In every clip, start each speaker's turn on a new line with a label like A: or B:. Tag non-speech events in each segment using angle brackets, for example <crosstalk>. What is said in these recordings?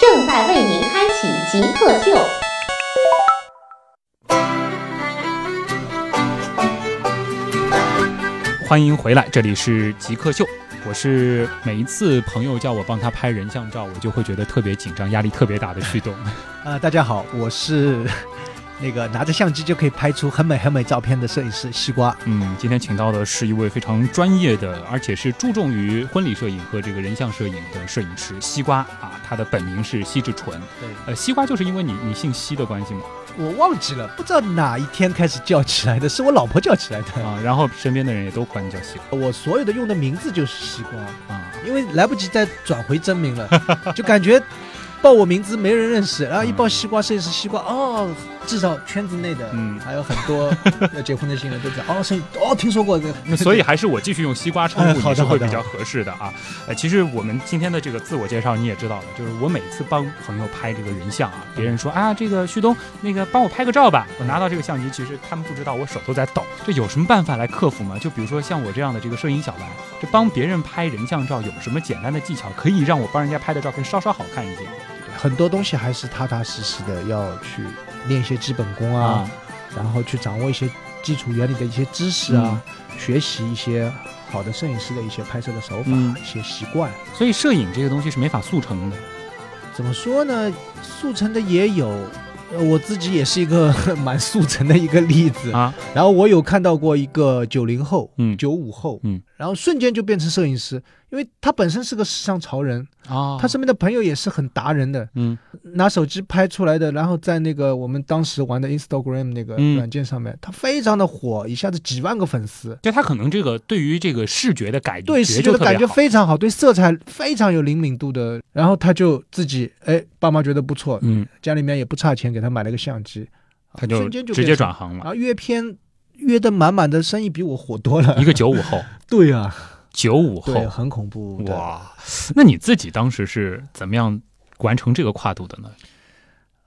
A: 正在为您开启极客秀。
B: 欢迎回来，这里是极客秀。我是每一次朋友叫我帮他拍人像照，我就会觉得特别紧张，压力特别大的
C: <laughs>
B: 旭东。
D: 呃，大家好，我是 <laughs> 那个拿着相机就可以拍出很美很美照片的摄影师西瓜。
B: 嗯，今天请到的是一位非常专业的，而且是注重于婚礼摄影和这个人像摄影的摄影师西瓜啊，他的本名是西志纯。
D: 对，
B: 呃，西瓜就是因为你你姓西的关系嘛
D: 我忘记了，不知道哪一天开始叫起来的，是我老婆叫起
B: <laughs>
D: 来的。
B: 啊，然后身边的人也都管你叫西瓜
D: 我所有的用的名字就是西瓜，
B: 啊。
D: 因为来不及再转回
B: <laughs>
D: 真名了，就感觉报我名字没人认识，
B: 嗯
D: 然后一报西瓜摄影师西瓜，哦，至少圈子内的，
B: 嗯
D: 还有很多要结婚的新人都知道，哦，所以哦，听说过这
B: 那
D: 个，
B: 所以还是我继续用西瓜称
D: 哎
B: 呼
D: 好
B: 你
D: 的
B: 是会
D: 好的
B: 比较合适的啊。呃，其实我们今天的这个自我介绍你也知道了，就是我每次帮朋友拍这个人像啊，别人说啊这个旭东那个帮我拍个照吧，我拿到这个相机，其实他们不知道我手都在抖，这有什么办法来克服吗？就比如说像我这样的这个摄影小白，这帮别人拍人像照有什么简单的技巧可以让我帮人家拍的照片稍稍好看一些
D: <laughs> 很多东西还是踏踏实实的要去练一些基本功啊，然后去掌握一些基础原理的一些知识啊，
B: 嗯
D: 学习一些好的摄影师的一些拍摄的手法、
B: 嗯
D: 一些习惯。
B: 所以摄影这个东西是没法速成的。
D: 怎么说呢？速成的也有，呃我自己也是一个 <laughs> 蛮速成的一个例子
B: 啊。
D: 然后我有看到过一个九零后、
B: 嗯
D: 九五后，
B: 嗯，
D: 然后瞬间就变成摄影师，因为他本身是个时尚潮人，
B: 啊
D: 他身边的朋友也是很达人的，
B: 嗯
D: 拿手机拍出来的，然后在那个我们当时玩的 Instagram 那个
B: 嗯
D: 软件上面，它非常的火，一下子几万个粉丝，
B: 就他可能这个对于这个视觉的感觉
D: 对视觉
B: 就
D: 的
B: 特别
D: 感觉
B: 好
D: 非常好，对色彩非常有灵敏度的。然后他就自己，哎，爸妈觉得不错，
B: 嗯。
D: 家里面也不差钱，给他买了个相机，
B: 他就
D: 瞬间就
B: 直接
D: 变成
B: 转行
D: 然
B: 了。
D: 后约片约的满满的，生意比我火多了。
B: 一个九 <laughs> 五后，
D: 对呀，
B: 九五
D: 对，啊
B: 后，
D: 很恐怖的。
B: 哇！那你自己当时是怎么样完成这个跨度的呢？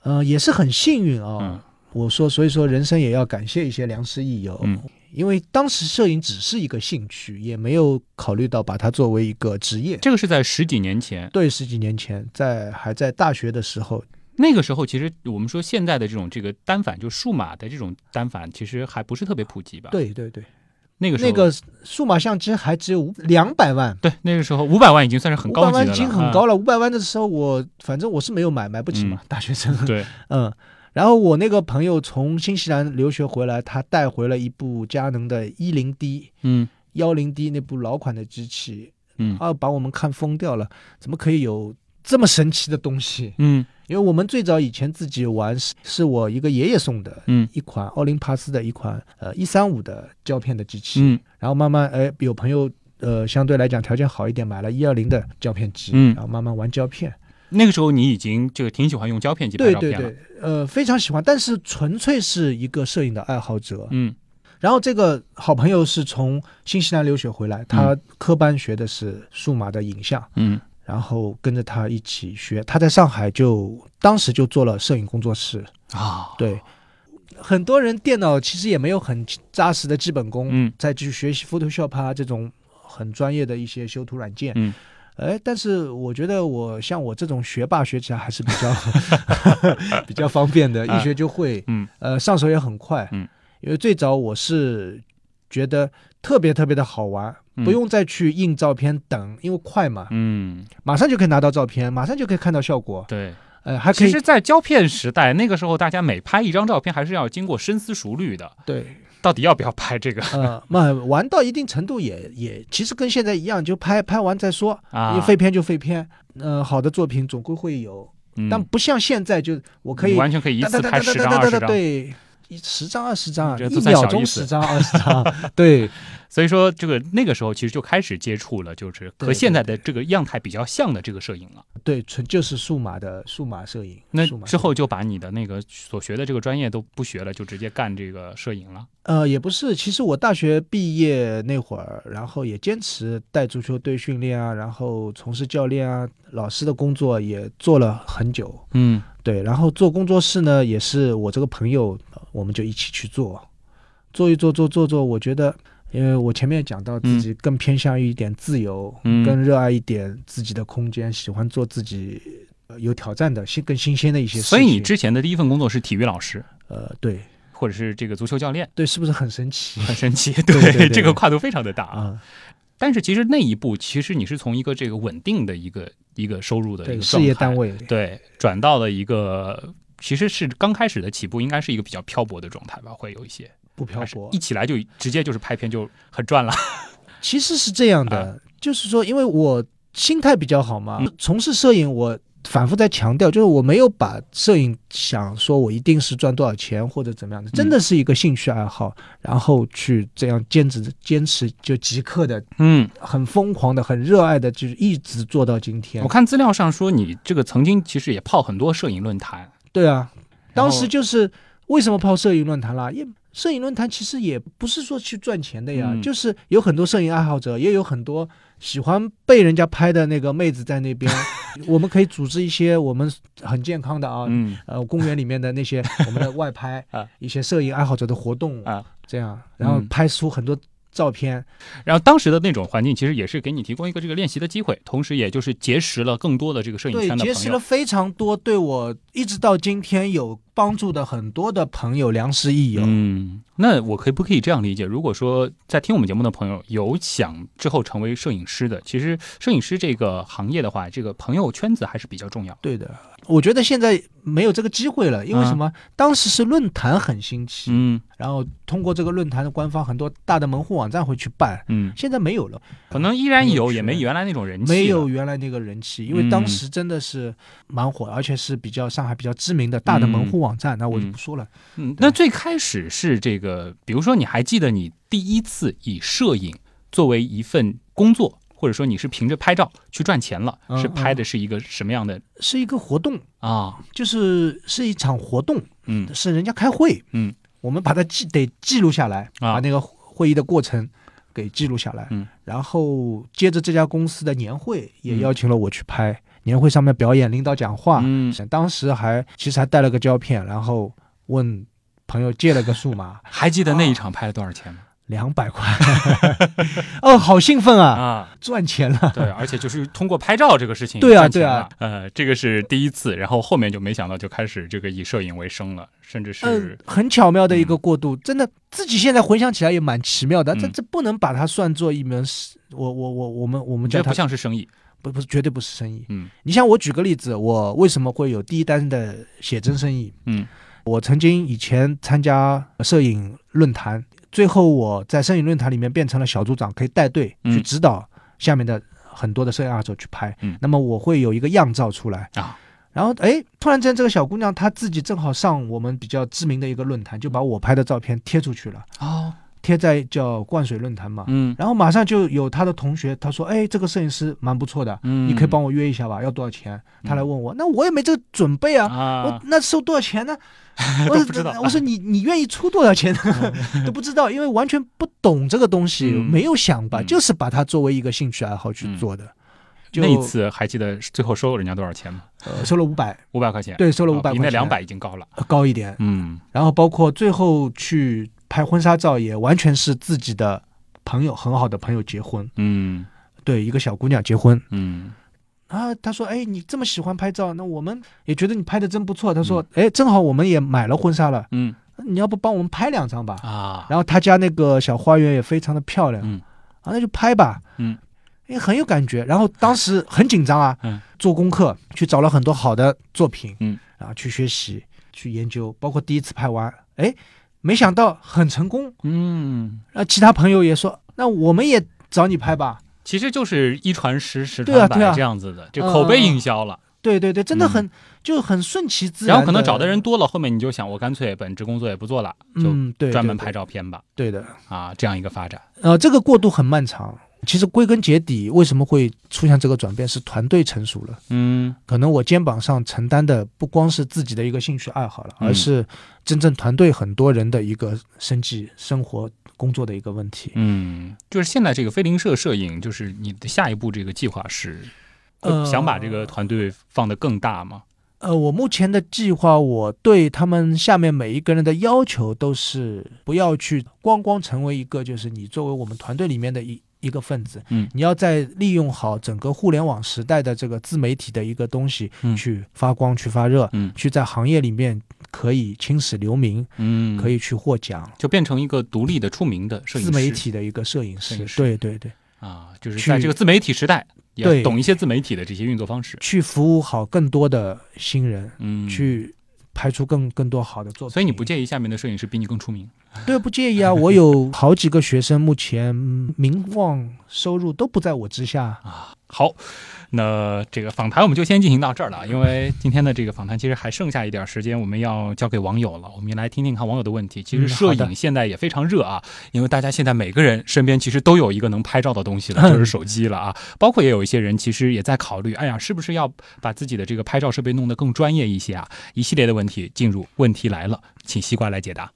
D: 呃，也是很幸运啊、
B: 嗯
D: 我说，所以说人生也要感谢一些良师益友，
B: 嗯
D: 因为当时摄影只是一个兴趣，也没有考虑到把它作为一个职业。
B: 这个是在十几年前，
D: 对，十几年前在还在大学的时候，
B: 那个时候其实我们说现在的这种这个单反，就数码的这种单反，其实还不是特别普及吧？，
D: 对对对，
B: 那个时候
D: 那个数码相机还只有两百万。
B: 对那个时候五百万已经算是很
D: 五
B: 高
D: 百
B: 级的
D: 万
B: 了，啊嗯
D: 已经很高了，五百万的时候我反正我是没有买，买不起嘛，大学生。
B: 嗯。对，
D: <laughs> 嗯，然后我那个朋友从新西兰留学回来，他带回了一部佳能的一零 D
B: 嗯
D: 幺零 D 那部老款的机器，
B: 嗯
D: 啊，把我们看疯掉了，怎么可以有这么神奇的东西？
B: 嗯
D: 因为我们最早以前自己玩是是我一个爷爷送的，
B: 嗯
D: 一款奥林帕斯的一款呃一三五的胶片的机器，
B: 嗯
D: 然后慢慢哎有朋友。呃，相对来讲条件好一点，买了一二零的胶片机，
B: 嗯
D: 然后慢慢玩胶片，
B: 那个时候你已经这个挺喜欢用胶片机拍
D: 对
B: 照
D: 对
B: 片了，
D: 对，呃，非常喜欢，但是纯粹是一个摄影的爱好者。
B: 嗯
D: 然后这个好朋友是从新西兰留学回来，他科班学的是数码的影像，
B: 嗯
D: 然后跟着他一起学。他在上海就当时就做了摄影工作室。
B: 啊，
D: 对，很多人电脑其实也没有很扎实的基本功，
B: 嗯
D: 再去学习 Photoshop 啊这种很专业的一些修图软件。
B: 嗯
D: 哎，但是我觉得我像我这种学霸学起来还是比较比较 <laughs> 方便
B: <laughs>
D: 的，
B: 啊
D: 一学就会，
B: 嗯
D: 呃，上手也很快，
B: 嗯，
D: 因为最早我是觉得特别特别的好玩，
B: 嗯
D: 不用再去印照片等，因为快嘛，
B: 嗯
D: 马上就可以拿到照片，马上就可以看到效果，
B: 对。
D: 呃，还可
B: 其
D: 以
B: 实，在胶片时代，那个时候大家每拍一张照片，还是要经过深思熟虑的，
D: 对，
B: 到底要不要拍
D: <laughs>
B: 这 <laughs> 个
D: 呃，那玩到一定程度也也，其实跟现在一样，就拍拍完再说，
B: 啊
D: 你？废片就废片，呃，好的作品总归会有，
B: 嗯
D: 但不像现在就我可以
B: 你完全可以一
D: 哒
B: 次
D: 哒哒
B: 拍
D: 哒
B: 十
D: 哒
B: 张、
D: 哒
B: 二
D: 哒
B: 十
D: 哒
B: 张。
D: 对，一十张二十张，
B: 这
D: 一
B: 都算
D: 秒
B: 小意
D: 钟
B: 思
D: 十张二十张， <laughs> 对，
B: 所以说这个那个时候其实就开始接触了，就是
D: 对
B: 和
D: 对
B: 现在的这个样态比较像的这个摄影了。
D: 对，纯就是数码的数码摄影。
B: 那
D: 数码
B: 之后就把你的那个所学的这个专业都不学了，就直接干这个摄影了。
D: 呃也不是，其实我大学毕业那会儿，然后也坚持带足球队训练啊，然后从事教练啊，老师的工作也做了很久。
B: 嗯，
D: 对，然后做工作室呢，也是我这个朋友，呃我们就一起去做，做一做做做做，我觉得。因为我前面讲到自己更偏向于一点自由，
B: 嗯
D: 更热爱一点自己的空间，喜欢做自己呃有挑战的、新更新鲜的一些事情。
B: 所以你之前的第一份工作是体育老师，
D: 呃，对
B: 或者是这个足球教练，
D: 对，是不是很神奇
B: 很神奇。
D: 对对对
B: 这个跨度非常的大啊。
D: 啊？
B: 但是其实那一步，其实你是从一个这个稳定的一个一个收入的一
D: 对，
B: 个
D: 事
B: 状
D: 业
B: 态
D: 单位，
B: 对，转到了一个其实是刚开始的起步，应该是一个比较漂泊的状态吧，会有一些
D: 不漂
B: 还是
D: 泊
B: 一。起来就直接就是拍片就很赚
D: <laughs>
B: 了。
D: 其实是这样的，就是说，因为我心态比较好嘛，
B: 嗯
D: 从事摄影，我反复在强调，就是我没有把摄影想说我一定是赚多少钱或者怎么样的，真的是一个兴趣爱好，然后去这样坚持、坚持就即刻的、
B: 嗯，
D: 很疯狂的、很热爱的，就是一直做到今
B: 嗯
D: 天
B: 我。看资料上说你这个曾经其实也泡很多摄影论坛，
D: 对啊，
B: 然后
D: 当时就是为什么泡摄影论坛啦？因为摄影论坛其实也不是说去赚钱的呀，
B: 嗯
D: 就是有很多摄影爱好者，也有很多喜欢被人家拍的那个妹子在
B: <laughs>
D: 那边。我们可以组织一些我们很健康的啊，
B: 嗯
D: 呃，公园里面的
B: <laughs>
D: 那些我们的外拍
B: 啊，
D: 一些摄影爱好者的活动
B: 啊，
D: 这样，然后
B: 嗯
D: 拍出很多照片。
B: 然后当时的那种环境其实也是给你提供一个这个练习的机会，同时也就是结识了更多的这个摄影
D: 对，
B: 圈的
D: 结
B: 朋
D: 识了
B: 友。
D: 非常多对我一直到今天有帮助的很多的朋友，良师益友。
B: 嗯，那我可以不可以这样理解？如果说在听我们节目的朋友有想之后成为摄影师的，其实摄影师这个行业的话，这个朋友圈子还是比较重要的。
D: 对的，我觉得现在没有这个机会了，因为
B: 嗯
D: 什么？当时是论坛很兴起，
B: 嗯
D: 然后通过这个论坛的官方很多大的门户网站会去办，
B: 嗯，
D: 现在没有了，
B: 可能依然
D: 朋友
B: 有，也
D: 圈
B: 没原来那种人气了。
D: 没有原来那个人气，因为
B: 嗯
D: 当时真的是蛮火，而且是比较上海比较知名的大的门户网站，那我就不说了。
B: 嗯，那最开始是这个，比如说你还记得你第一次以摄影作为一份工作，或者说你是凭着拍照去赚钱了，
D: 嗯
B: 是拍的是一个什么样的
D: 是一个活动，
B: 啊？
D: 就是是一场活动，
B: 嗯
D: 是人家开会，
B: 嗯，
D: 我们把它记得记录下来，
B: 啊
D: 把那个会议的过程给记录下来，
B: 嗯，
D: 然后接着这家公司的年会也邀请了我去拍，年会上面表演、领导讲话，
B: 嗯，
D: 当时还其实还带了个胶片，然后问朋友借了个数
B: <laughs>
D: 码
B: 还记得那一场拍了多少钱吗？
D: 两百块， <laughs> 哦，好兴奋啊，
B: 啊，
D: 赚钱了，
B: <laughs> 对，而且就是通过拍照这个事情
D: 对啊
B: 赚钱
D: 对啊
B: 了，呃，这个是第一次，然后后面就没想到就开始这个以摄影为生了，甚至
D: 嗯
B: 是，
D: 很巧妙的一个过渡，真的自己现在回想起来也蛮奇妙的，这
B: 嗯
D: 这不能把它算作一门事，我我我我们我
B: 我
D: 们
B: 觉
D: 叫
B: 得
D: 它
B: 不像是生意，
D: 不不是绝对不是生意。
B: 嗯
D: 你像我举个例子，我为什么会有第一单的写真生意？
B: 嗯
D: 我曾经以前参加摄影论坛，最后我在摄影论坛里面变成了小组长，可以带队
B: 嗯
D: 去指导下面的很多的摄影爱好者去拍。
B: 嗯
D: 那么我会有一个样照出来
B: 啊。
D: 然后，哎，突然之间，这个小姑娘她自己正好上我们比较知名的一个论坛，就把我拍的照片贴出去了，
B: 哦，
D: 贴在叫灌水论坛嘛。
B: 嗯
D: 然后马上就有她的同学，他说：“哎，这个摄影师蛮不错的，
B: 嗯，
D: 你可以帮我约一下吧？要多少钱？”她来问我，那我也没这个准备啊，我
B: 啊，
D: 那收多少钱
B: <laughs>
D: 呢？我
B: 不知道
D: 我说你你愿意出多
B: <laughs>
D: 少钱呢？都不知道，因为完全不懂这个东西，
B: 嗯
D: 没有想法，
B: 嗯
D: 就是把它作为一个兴趣爱好去做的。就
B: 那一次还记得最后收人家多少钱吗？
D: 呃收了五百，
B: 五百块钱，
D: 对，收了
B: 哦
D: 五百，
B: 比那两百已经高了。
D: 高一点。
B: 嗯，
D: 然后包括最后去拍婚纱照，也完全是自己的朋友很好的朋友结婚，
B: 嗯
D: 对，一个小姑娘结婚。
B: 嗯
D: 啊，他说，哎，你这么喜欢拍照，那我们也觉得你拍的真不错。他说，哎，正好我们也买了婚纱了，
B: 嗯
D: 你要不帮我们拍两张吧？
B: 啊，
D: 然后他家那个小花园也非常的漂亮，
B: 嗯
D: 啊，那就拍吧，
B: 嗯，
D: 也很有感觉。然后当时很紧张啊，
B: 嗯，
D: 做功课去找了很多好的作品，
B: 嗯，
D: 然后去学习、去研究，包括第一次拍完，哎，没想到很成功。
B: 嗯，
D: 然后其他朋友也说，那我们也找你拍吧，
B: 其实就是一传十，十
D: 对啊
B: 传百
D: 对啊嗯
B: 这样子的，这口碑营销了。
D: 对对对，真的很、就很顺其嗯自
B: 嗯
D: 然。
B: 然后可能找的人，多了，后面你就想，我干脆本职工作也不做了，就
D: 嗯，对，
B: 专门
D: 对
B: 拍，照片吧，
D: 对对的。
B: 啊，这样一个发展，
D: 呃，这个过渡很漫长。其实归根结底，为什么会出现这个转变，是团队成熟了。
B: 嗯
D: 可能我肩膀上承担的不光是自己的一个兴趣爱好了，
B: 嗯
D: 而是真正团队很多人的一个生计、生活、工作的一个问题。
B: 嗯，就是现在这个非零社摄影，就是你的下一步这个计划是
D: 呃
B: 嗯想把这个团队放得更大吗？
D: 呃，我目前的计划，我对他们下面每一个人的要求都是不要去光光成为一个，就是你作为我们团队里面的一一个分子，
B: 嗯
D: 你要在利用好整个互联网时代的这个自媒体的一个东西
B: 嗯
D: 去发光、去发热，
B: 嗯
D: 去在行业里面可以青史留名，
B: 嗯，
D: 可以去获奖，
B: 就变成一个独立的、出名的摄影
D: 自
B: 师
D: 媒体的一个摄影师，
B: 摄影师
D: 对对对，
B: 啊，就是
D: 去
B: 在这个自媒体时代，也
D: 对
B: 懂一些自媒体的这些运作方式，
D: 去服务好更多的新人，
B: 嗯，。
D: 去拍出更更多好的作品。
B: 所以你不介意下面的摄影师比你更出名？
D: 对，不介
B: <laughs>
D: 意啊。我有好几个学生，目前名望、收入都不在我之下。
B: 啊好，那这个访谈我们就先进行到这儿了，啊因为今天的这个访谈其实还剩下一点时间，我们要交给网友了。我们来听听看网友的问题。其实
D: 嗯
B: 摄
D: 好的
B: 影现在也非常热啊，因为大家现在每个人身边其实都有一个能拍照的东
D: <laughs>
B: 西了，就是手机了啊。包括也有一些人其实也在考虑，哎呀，是不是要把自己的这个拍照设备弄得更专业一些啊？一系列的问题进入问题来了，请西瓜来解答。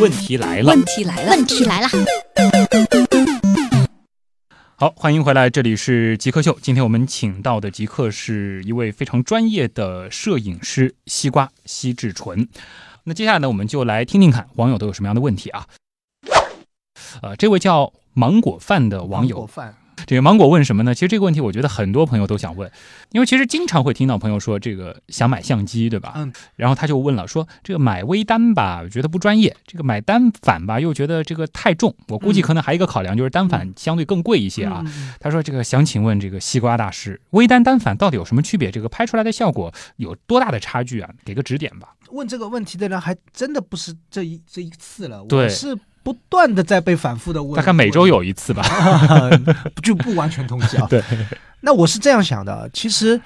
B: 问题来了。
E: 问题来了，问题来了，
B: 好，欢迎回来，这里是极客秀。今天我们请到的极客是一位非常专业的摄影师，西瓜西志纯。那接下来呢，我们就来听听看网友都有什么样的问题啊。呃，这位叫芒果饭的网友，
D: 饭，
B: 这个芒果问什么呢？呃其实这个问题，我觉得很多朋友都想问，因为其实经常会听到朋友说这个想买相机，对吧？
D: 嗯。
B: 然后他就问了，说这个买微单吧，觉得不专业；这个买单反吧，又觉得这个太重。我估计
D: 嗯
B: 可能还有一个考量就是单反相对更贵一些啊。
D: 嗯嗯
B: 他说：“这个想请问这个西瓜大师，微单单反到底有什么区别？这个拍出来的效果有多大的差距啊？给个指点吧。
D: 问这个问题的人还真的不是这一这一次了，
B: 对
D: 我是不断的在被反复的问，
B: 大概每周有一次吧。
D: 问， <laughs> 就不完全统计
B: <laughs>
D: 啊。
B: 对，
D: 那我是这样想的，其实。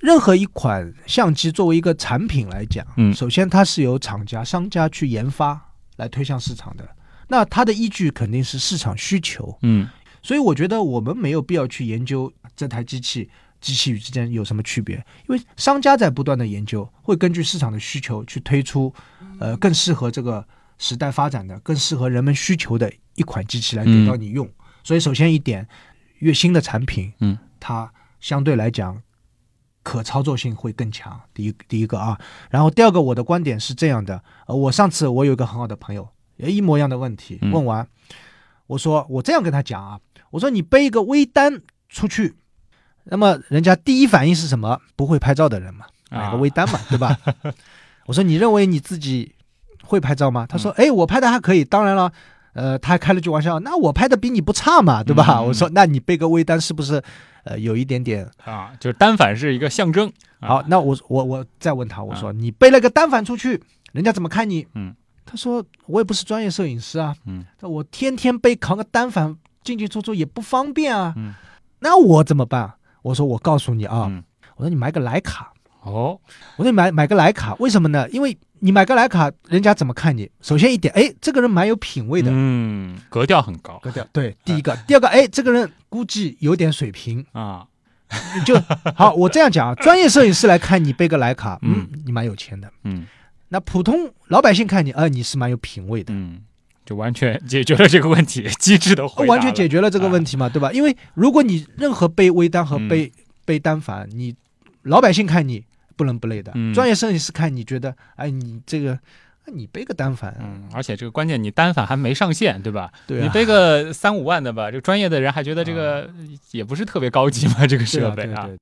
D: 任何一款相机作为一个产品来讲，
B: 嗯
D: 首先它是由厂家、商家去研发来推向市场的，那它的依据肯定是市场需求。
B: 嗯
D: 所以我觉得我们没有必要去研究这台机器机器与之间有什么区别，因为商家在不断的研究，会根据市场的需求去推出，
B: 嗯
D: 呃，更适合这个时代发展的、更适合人们需求的一款机器来给到你用。所以首先一点，越新的产品，
B: 嗯，
D: 它相对来讲。可操作性会更强，第一第一个啊，然后第二个，我的观点是这样的，呃，我上次我有一个很好的朋友，也一模一样的问题，
B: 嗯
D: 问完，我说我这样跟他讲啊，我说你背一个微单出去，那么人家第一反应是什么？不会拍照的人嘛，买
B: 啊
D: 个微单
B: <laughs>
D: 嘛，对吧？我说你认为你自己会拍照吗？他说，
B: 嗯
D: 哎，我拍的还可以。当然了，呃，他还开了句玩笑，那我拍的比你不差嘛，对吧？
B: 嗯
D: 我说，那你背个微单是不是，呃，有一点点？
B: 啊，就是单反是一个象征。啊
D: 好，那我我我再问他，我说、你背了个单反出去，人家怎么看你？
B: 嗯，
D: 他说我也不是专业摄影师啊，
B: 嗯，
D: 我天天背扛个单反进进出出也不方便啊，
B: 嗯，
D: 那我怎么办？我说我告诉你啊，
B: 嗯
D: 我说你买个徕卡，
B: 哦，
D: 我说你买买个徕卡，为什么呢？因为你买个徕卡，人家怎么看你？首先一点，哎，这个人蛮有品位的，
B: 嗯，格调很高
D: 格调对，第一个，第二个，哎，这个人估计有点水平，
B: 啊。
D: 你就好。我这样讲啊，专业摄影师来看你背个徕卡，嗯，你蛮有钱的。
B: 嗯
D: 那普通老百姓看你，啊，你是蛮有品位的，
B: 嗯，就完全解决了这个问题，机智的回答了，
D: 哦
B: 啊
D: 完全解决了这个问题嘛，对吧？因为如果你任何背微单和
B: 嗯
D: 背、背单反，你老百姓看你不伦不类的，
B: 嗯
D: 专业摄影师看你觉得，哎，你这个，哎你背个单反，
B: 嗯，而且这个关键，你单反还没上线，对吧？
D: 对啊
B: 你背个三五万的吧，这个专业的人还觉得这个也不是特别高级嘛，这个
D: 对
B: 设
D: 吧？
B: 备
D: 对
B: 啊。
D: 对，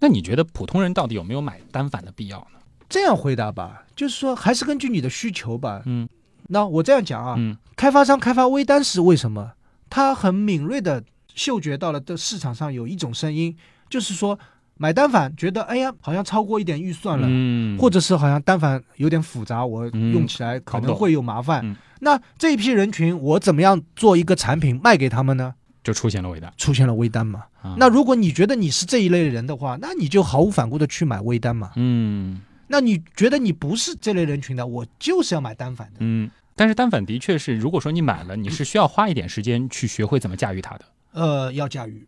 B: 那你觉得普通人到底有没有买单反的必要呢？
D: 这样回答吧，就是说还是根据你的需求吧。
B: 嗯
D: 那我这样讲啊，
B: 嗯
D: 开发商开发微单时为什么？他很敏锐的嗅觉到了这市场上有一种声音，就是说买单反觉得哎呀好像超过一点预算了，
B: 嗯
D: 或者是好像单反有点复杂，我
B: 嗯
D: 用起来可
B: 搞不
D: 能
B: 懂
D: 会有麻烦。
B: 嗯
D: 那这一批人群，我怎么样做一个产品卖给他们呢？
B: 就出现了味道。
D: 出现了微单嘛。
B: 啊
D: 那如果你觉得你是这一类人的话，那你就毫无反顾的去买微单嘛。
B: 嗯
D: 那你觉得你不是这类人群的，我就是要买单反的。
B: 嗯，但是单反的确是，如果说你买了，你是需要花一点时间去学会怎么驾驭它的。
D: 呃，要驾驭。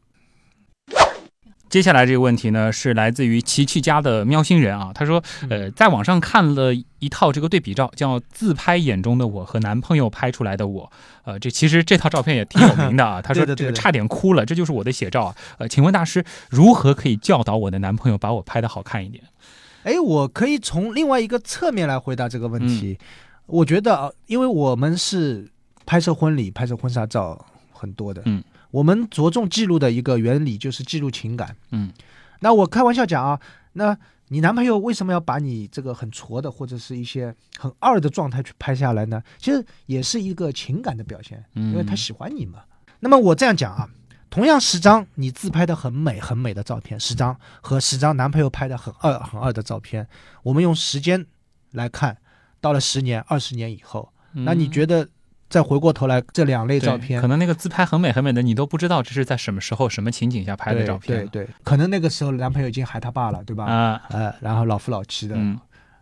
B: 接下来这个问题呢，是来自于琪琪家的喵星人啊，他说，
D: 嗯
B: 呃，在网上看了一套这个对比照，叫《自拍眼中的我和男朋友拍出来的我》，呃，这其实这套照片也挺有名
D: <laughs>
B: 的啊。他说
D: 对的
B: 这个
D: 对的
B: 差点哭了，这就是我的写照啊。呃，请问大师如何可以教导我的男朋友把我拍的好看一点？
D: 哎，我可以从另外一个侧面来回答这个问题。我觉得，啊，因为我们是拍摄婚礼、拍摄婚纱照很多的，
B: 嗯，
D: 我们着重记录的一个原理就是记录情感，
B: 嗯。
D: 那我开玩笑讲啊，那你男朋友为什么要把你这个很挫的或者是一些很二的状态去拍下来呢？其实也是一个情感的表现，
B: 嗯
D: 因为他喜欢你嘛。那么我这样讲啊，同样十张你自拍的很美很美的照片，十张和十张男朋友拍的很二很二的照片，我们用时间来看，到了十年、二十年以后，那你觉得再回过头来这两类
B: 嗯对
D: 照片
B: 可，能那个自拍很美很美的，你都不知道这是在什么时候、什么情景下拍的
D: 对
B: 照片
D: 对对，可能那个时候男朋友已经喊他爸了，对吧？
B: 啊，
D: 呃，然后老夫老妻的，
B: 嗯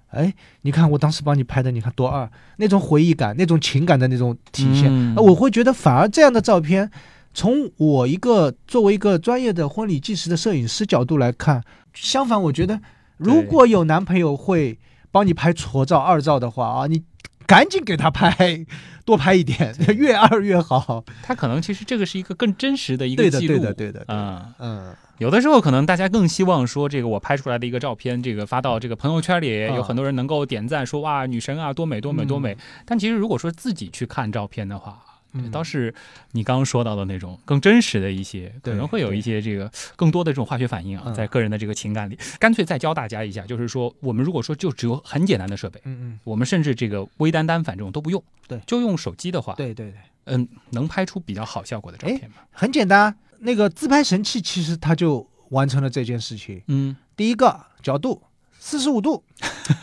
D: 哎，你看我当时帮你拍的，你看多二那种回忆感、那种情感的那种体现，
B: 嗯
D: 呃我会觉得反而这样的照片，从我一个作为一个专业的婚礼纪实的摄影师角度来看，相反，我觉
B: 嗯
D: 得如果有男朋友会帮你拍矬照、二照的话啊，你赶紧给他拍，多拍一点， <laughs> 越二越好。
B: 他可能其实这个是一个更真实的一个
D: 对的，
B: 记录，
D: 对的，对的，
B: 啊。
D: 嗯，
B: 有的时候可能大家更希望说，这个我拍出来的一个照片，这个发到这个朋友圈里，
D: 啊
B: 有很多人能够点赞说哇女神啊多美多美多美。但其实如果说自己去看照片的话，
D: 嗯
B: 这倒是你刚刚说到的那种更真实的一些，可
D: 对
B: 能会有一些这个更多的这种化学反应啊，
D: 嗯
B: 在个人的这个情感里。干脆再教大家一下，就是说我们如果说就只有很简单的设备，
D: 嗯嗯，
B: 我们甚至这个微单单反这种都不用，
D: 对
B: 就用手机的话，
D: 对对对，
B: 嗯，能拍出比较好效果的照片吗？
D: 很简单，那个自拍神器其实它就完成了这件事情。
B: 嗯
D: 第一个角度四十五度，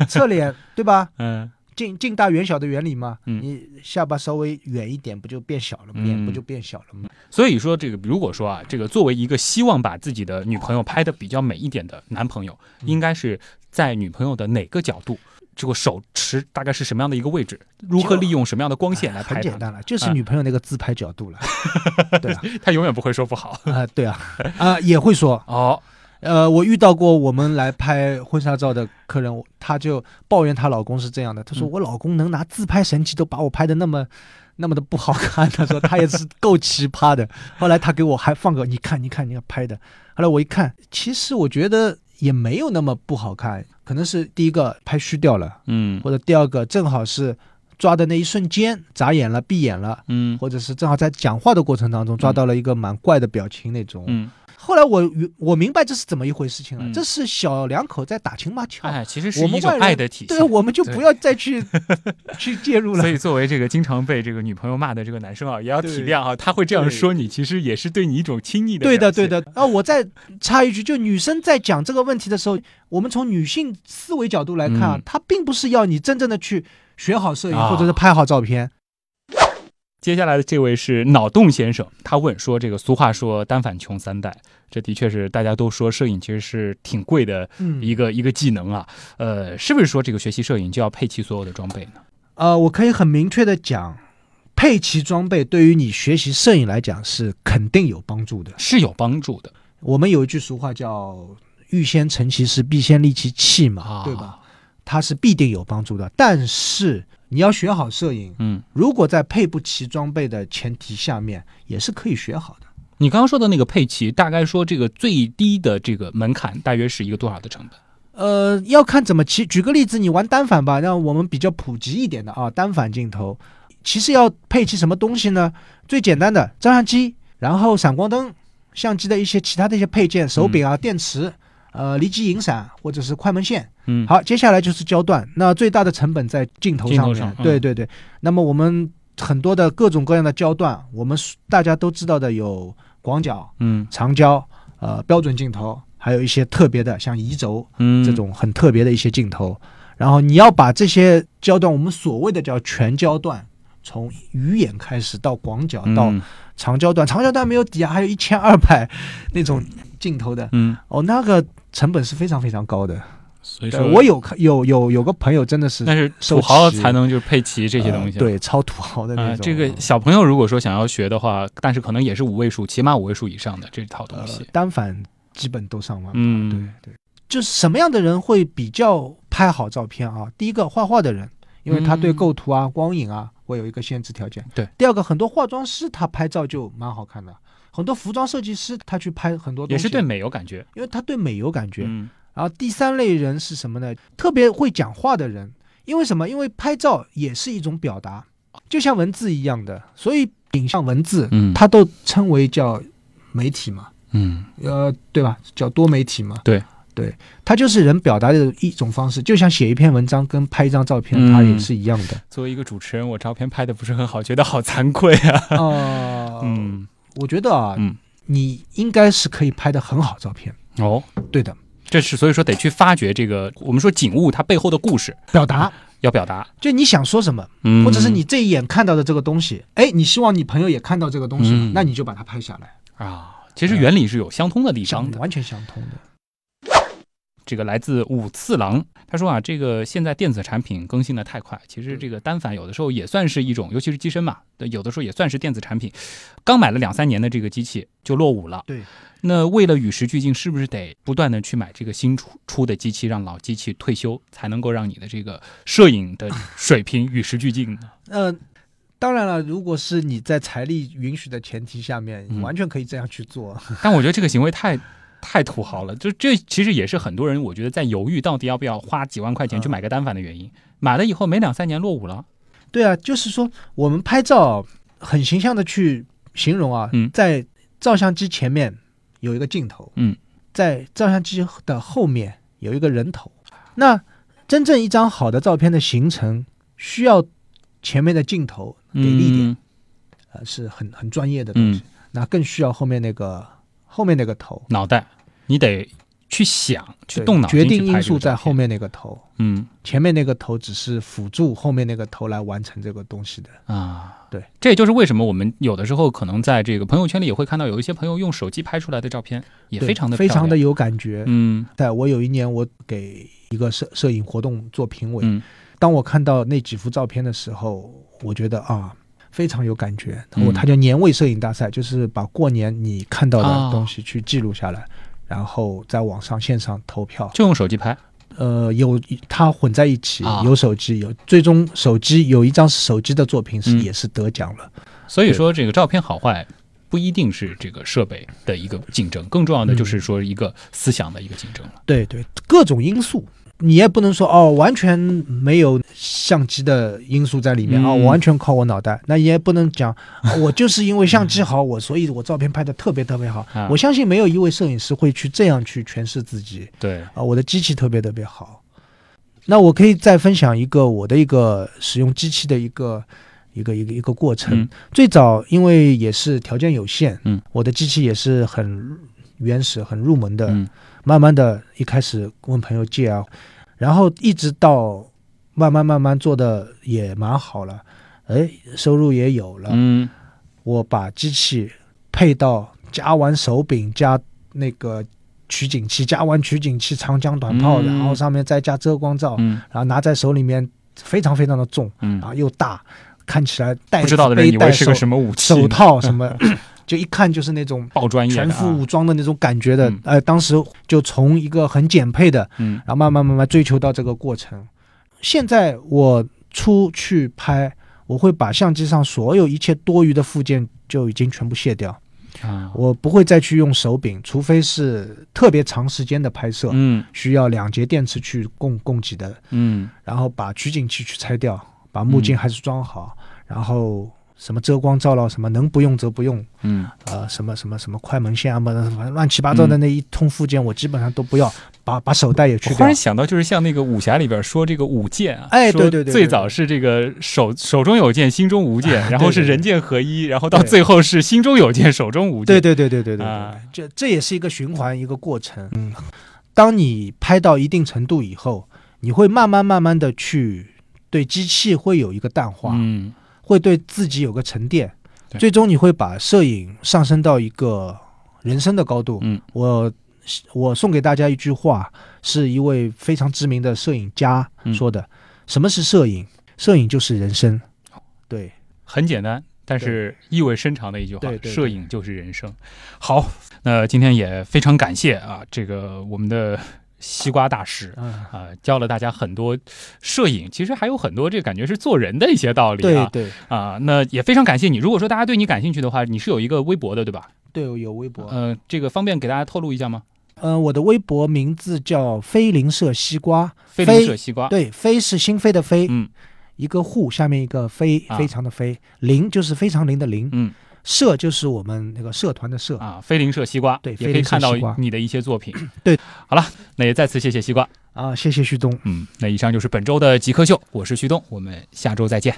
D: 侧脸对吧？
B: 嗯
D: 近近大远小的原理嘛，
B: 嗯
D: 你下巴稍微远一点，不就变小了吗？
B: 嗯
D: 脸不就变小了吗？
B: 所以说，这个如果说啊，这个作为一个希望把自己的女朋友拍的比较美一点的男朋友，
D: 嗯
B: 应该是在女朋友的哪个角度，这个手持大概是什么样的一个位置，如何利用什么样的光线来
D: 啊
B: 嗯
D: 很
B: 拍
D: 简
B: 她？
D: 单了，就是女朋友那个自拍角度了，对吧？
B: 他永远不会说不好。
D: 啊、对啊，啊、也会说，
B: 哦，
D: 呃，我遇到过我们来拍婚纱照的客人，我她就抱怨她老公是这样的，她说
B: 嗯
D: 我老公能拿自拍神器都把我拍的那么。那么的不好看，她说她也是够奇葩的。后来她给我还放个，你看，你看，你看拍的。后来我一看，其实我觉得也没有那么不好看，可能是第一个拍虚掉了，
B: 嗯
D: 或者第二个正好是抓的那一瞬间眨眼了、闭眼了，
B: 嗯
D: 或者是正好在讲话的过程当中抓到了一个蛮怪的表情那种。
B: 嗯，
D: 后来我我明白这是怎么一回事情了，
B: 嗯
D: 这是小两口在打情骂俏，
B: 哎，其实是
D: 我们
B: 一种
D: 外人
B: 爱的体现
D: 对，。我们就
B: 对
D: 不要再去 <laughs> 去介入
B: <laughs>
D: 了
B: 所。以，作为这个经常被这个女朋友骂的这个男生啊，也要体
D: 对
B: 谅啊，他会这样
D: 对
B: 说你，其实也是对你一种亲昵的。
D: 对的，对。的。啊，我再插一句，就女生在讲这个问题的时候，我们从女性思维角度来看啊，
B: 嗯
D: 她并不是要你真正的去学好摄影，
B: 啊
D: 或者是拍好照片。
B: 接下来的这位是脑洞先生，他问说：“这个俗话说‘单反穷三代’，这的确是大家都说摄影其实是挺贵的
D: 嗯，
B: 一个、一个技能啊。呃，是不是说这个学习摄影就要配齐所有的装备呢？
D: 呃，我可以很明确的讲，配齐装备对于你学习摄影来讲是肯定有帮助的。
B: 是有帮助的
D: 我们有一句俗话叫“欲先成其事，必先利其器”嘛，
B: 啊，
D: 对吧？？它是必定有帮助的。但是你要学好摄影，
B: 嗯，
D: 如果在配不齐装备的前提下面，也是可以学好的。
B: 你刚刚说的那个配齐，大概说这个最低的这个门槛大约是一个多少的成本？
D: 呃，要看怎么骑。举个例子，你玩单反吧，让我们比较普及一点的啊，单反镜头，其实要配齐什么东西呢？最简单的照相机，然后闪光灯、相机的一些其他的一些配件，手柄啊、电池，呃，离机引闪或者是快门线。
B: 嗯，，
D: 好，接下来就是焦段，那最大的成本在镜头上面。
B: 镜头上嗯
D: 对对对，那么我们很多的各种各样的焦段，我们大家都知道的有广角、
B: 嗯
D: 长焦、呃标准镜头，还有一些特别的，像移轴
B: 嗯，
D: 这种很特别的一些镜头。然后你要把这些焦段，我们所谓的叫全焦段，从鱼眼开始到广角到
B: 嗯
D: 长焦段，长焦段没有底啊，还有一千二百 <laughs> 那种镜头的，
B: 嗯，
D: 哦，那个成本是非常非常高的。
B: 所以
D: 对
B: 说
D: 我有看有有有个朋友真的是
B: 但是土豪才能就是配齐这些东西。
D: 呃对，超土豪的那
B: 啊、
D: 种。
B: 这个小朋友如果说想要学的话，但是可能也是五位数，起码五位数以上的这套东
D: 呃
B: 西。
D: 单反基本都上万。
B: 嗯，
D: 啊对对，就是什么样的人会比较拍好照片啊？第一个，画画的人，因为他对
B: 嗯
D: 构图啊、光影啊，我有一个限制条件。
B: 对。
D: 第二个，很多化妆师他拍照就蛮好看的，很多服装设计师他去拍很多东
B: 也
D: 西，
B: 是对，美有感觉。
D: 因为他对美有感觉。
B: 嗯
D: 然后第三类人是什么呢？特别会讲话的人，因为什么？因为拍照也是一种表达，就像文字一样的，所以影像、文字，
B: 嗯
D: 它都称为叫媒体嘛，
B: 嗯
D: 呃，对吧？叫多媒体嘛。
B: 对
D: 对，它就是人表达的一种方式，就像写一篇文章跟拍一张照片，
B: 嗯
D: 它也是一样的。
B: <laughs> 作为一个主持人，我照片拍的不是很好， <laughs> 觉得好惭愧啊。
D: 哦，
B: 嗯，
D: 我觉得啊，
B: 嗯
D: 你应该是可以拍的很好照片，
B: 哦，
D: 对的，
B: 这是所以说得去发掘这个我们说景物它背后的故事
D: 表达
B: 要表达，
D: 就你想说什么。
B: 嗯
D: 或者是你这一眼看到的这个东西，哎，你希望你朋友也看到这个东西，
B: 嗯
D: 那你就把它拍下来，
B: 啊，其实原理是有相通的地方
D: 相
B: 的。
D: 完全相通的。
B: 这个来自五次郎，他说啊，这个现在电子产品更新的太快，其实这个单反有的时候也算是一种，尤其是机身嘛，对有的时候也算是电子产品。刚买了两三年的这个机器就落伍了，
D: 对。
B: 那为了与时俱进，是不是得不断的去买这个新出出的机器，让老机器退休，才能够让你的这个摄影的水平与时俱进呢？ <laughs>
D: 呃，当然了，如果是你在财力允许的前提下面，
B: 嗯
D: 完全可以这样去做。
B: 但我觉得这个行为太。太土豪了，就这其实也是很多人我觉得在犹豫到底要不要花几万块钱去
D: 嗯
B: 买个单反的原因。买了以后没两三年落伍了，
D: 对啊，就是说我们拍照很形象的去形容啊，
B: 嗯
D: 在照相机前面有一个镜头，
B: 嗯，
D: 在照相机的后面有一个人头。那真正一张好的照片的形成，需要前面的镜头给力一点。
B: 嗯
D: 呃，是很很专业的东西。那更需要后面那个后面那个头，
B: 脑袋，你得去想，去
D: 对
B: 动脑筋
D: 决定
B: 去拍
D: 因
B: 这个
D: 素在
B: 照片
D: 后。面那个头，
B: 嗯
D: 前面那个头只是辅助后面那个头来完成这个东西的。
B: 啊，
D: 对，
B: 这也就是为什么我们有的时候可能在这个朋友圈里也会看到有一些朋友用手机拍出来的照片，也
D: 对
B: 非常的
D: 非常的
B: 漂亮
D: 有感觉。
B: 嗯
D: 在我有一年，我给一个摄摄影活动做评委，
B: 嗯
D: 当我看到那几幅照片的时候，我觉得啊。非常有感觉，
B: 嗯
D: 我它叫年味摄影大赛，就是把过年你看到
B: 啊
D: 的东西去记录下来，然后在网上线上投票，
B: 就用手机拍，
D: 呃，有它混在一起，
B: 啊
D: 有手机，有最终手机有一张是手机的作品是、
B: 嗯
D: 也是得奖了。
B: 所以说这个照片好坏。不一定是这个设备的一个竞争，更重要的
D: 嗯
B: 就是说一个思想的一个竞争了。
D: 对对，各种因素，你也不能说哦，完全没有相机的因素在里面
B: 嗯
D: 啊、我完全靠我脑袋。那也不能
B: <laughs>
D: 讲、啊我就是因为相机好，我所以我照片拍的特别特别好。
B: 啊
D: 我相信没有一位摄影师会去这样去诠释自己。
B: 对，
D: 啊，我的机器特别特别好。那我可以再分享一个我的一个使用机器的一个一个一个一个过程。
B: 嗯
D: 最早因为也是条件有限，
B: 嗯，
D: 我的机器也是很原始、很入门的。
B: 嗯
D: 慢慢的，一开始问朋友借啊，然后一直到慢慢慢慢做的也蛮好了，哎，收入也有了。
B: 嗯
D: 我把机器配到加完手柄加那个取景器，加完取景器长枪短炮，
B: 嗯
D: 然后上面再加遮光罩，
B: 嗯
D: 然后拿在手里面非常非常的重，然
B: 嗯，
D: 后又大，看起来带
B: 不知道的人
D: 背
B: 以为
D: 带
B: 是个
D: 手
B: 什么武器呢，
D: 手套
B: <laughs>
D: 什么，就一看就是那种
B: 爆专业的
D: 全
B: 啊
D: 副武装的那种感觉的
B: 嗯。
D: 呃，当时就从一个很简配的，
B: 嗯
D: 然后慢慢慢慢追求到这个过程。现在我出去拍，我会把相机上所有一切多余的附件就已经全部卸掉，
B: 啊，
D: 我不会再去用手柄，除非是特别长时间的拍摄，
B: 嗯
D: 需要两节电池去供供给的，
B: 嗯
D: 然后把取景器去拆掉，把目镜还是装好，然后什么遮光罩了什么能不用则不用，
B: 嗯，
D: 呃，什么什么什么快门线啊，什么什么乱七八糟的那一通附件，我基本上都不要，把把手袋也去
B: 我忽
D: 掉
B: 然。想到，就是像那个武侠里边说这个舞剑啊，
D: 哎
B: 说
D: 对对对对啊
B: 最早是这个手手中有剑，心中无剑，然后是
D: 对对对
B: 人剑合一，然后到
D: 对
B: 最后是心中有剑，手中无剑。
D: 对对对对对对
B: 啊
D: 对，这这也是一个循环一个过程。嗯，当你拍到一定程度以后，你会慢慢慢慢的去对机器会有一个淡化，
B: 嗯
D: 会对自己有个沉淀，
B: 对
D: 最终你会把摄影上升到一个人生的高度。
B: 嗯，
D: 我我送给大家一句话，是一位非常知名的摄影家
B: 嗯
D: 说的：什么是摄影？摄影就是人生。对，
B: 很简单，但是意味深长的一句话
D: 对对：对
B: 摄影就是人生。好，那今天也非常感谢啊，这个我们的西瓜大师。
D: 嗯，
B: 啊、教了大家很多摄影，其实还有很多这感觉是做人的一些道理
D: 对
B: 啊
D: 对
B: 啊、那也非常感谢你。如果说大家对你感兴趣的话，你是有一个微博的对吧？
D: 对，有微博。
B: 呃，这个方便给大家透露一下吗？
D: 嗯、我的微博名字叫飞林社西瓜，
B: 非林舍西瓜，
D: 对，飞是心扉的飞，
B: 嗯
D: 一个户下面一个非，
B: 啊
D: 非常的非，零就是非常零的零，
B: 嗯
D: 社就是我们那个社团的社。
B: 啊，非林舍西瓜，
D: 对
B: 也可以看到
D: 非林舍西瓜
B: 你的一些作品。
D: 对，
B: 好了，那也再次谢谢西瓜。
D: 啊，谢谢旭东。
B: 嗯，那以上就是本周的极客秀，我是旭东，我们下周再见。